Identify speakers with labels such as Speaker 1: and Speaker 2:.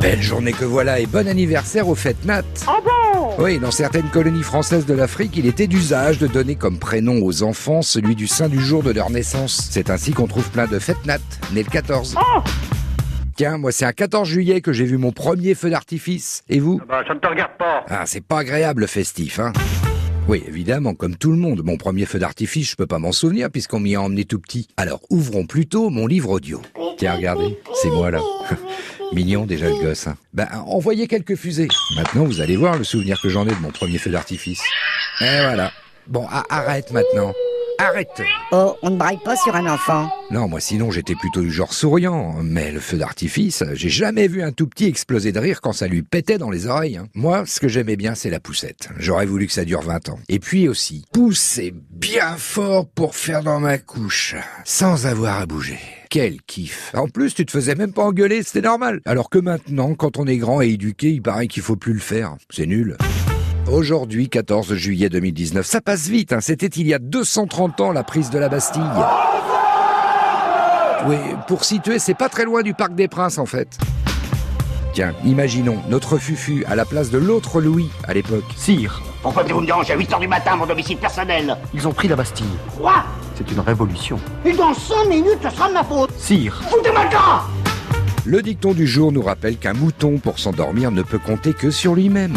Speaker 1: Belle journée que voilà et bon anniversaire aux fêtes nat.
Speaker 2: Ah bon
Speaker 1: Oui, dans certaines colonies françaises de l'Afrique, il était d'usage de donner comme prénom aux enfants celui du saint du jour de leur naissance. C'est ainsi qu'on trouve plein de fêtes nat, nés le 14.
Speaker 2: Oh
Speaker 1: Tiens, moi c'est un 14 juillet que j'ai vu mon premier feu d'artifice. Et vous
Speaker 2: Ah bah, ça ne te regarde pas.
Speaker 1: Ah, c'est pas agréable le festif, hein oui, évidemment, comme tout le monde, mon premier feu d'artifice, je peux pas m'en souvenir puisqu'on m'y a emmené tout petit. Alors, ouvrons plutôt mon livre audio. Tiens, regardez, c'est moi là. Mignon déjà le gosse. Hein. Ben, envoyez quelques fusées. Maintenant, vous allez voir le souvenir que j'en ai de mon premier feu d'artifice. Et voilà. Bon, ah, arrête maintenant. Arrête
Speaker 3: Oh, on ne braille pas sur un enfant.
Speaker 1: Non, moi sinon j'étais plutôt du genre souriant, mais le feu d'artifice, j'ai jamais vu un tout petit exploser de rire quand ça lui pétait dans les oreilles. hein. Moi, ce que j'aimais bien, c'est la poussette. J'aurais voulu que ça dure 20 ans. Et puis aussi, pousser bien fort pour faire dans ma couche, sans avoir à bouger. Quel kiff En plus, tu te faisais même pas engueuler, c'était normal. Alors que maintenant, quand on est grand et éduqué, il paraît qu'il faut plus le faire. C'est nul. Aujourd'hui, 14 juillet 2019, ça passe vite, hein. c'était il y a 230 ans la prise de la Bastille. Oui, pour situer, c'est pas très loin du Parc des Princes en fait. Tiens, imaginons notre Fufu à la place de l'autre Louis à l'époque.
Speaker 4: Sire,
Speaker 2: Pourquoi vous me dérangez à 8h du matin, mon domicile personnel
Speaker 4: ils ont pris la Bastille.
Speaker 2: Quoi
Speaker 4: C'est une révolution.
Speaker 2: Et dans 5 minutes, ce sera de ma faute
Speaker 4: Sire,
Speaker 2: Foutez-moi le camp
Speaker 1: Le dicton du jour nous rappelle qu'un mouton pour s'endormir ne peut compter que sur lui-même.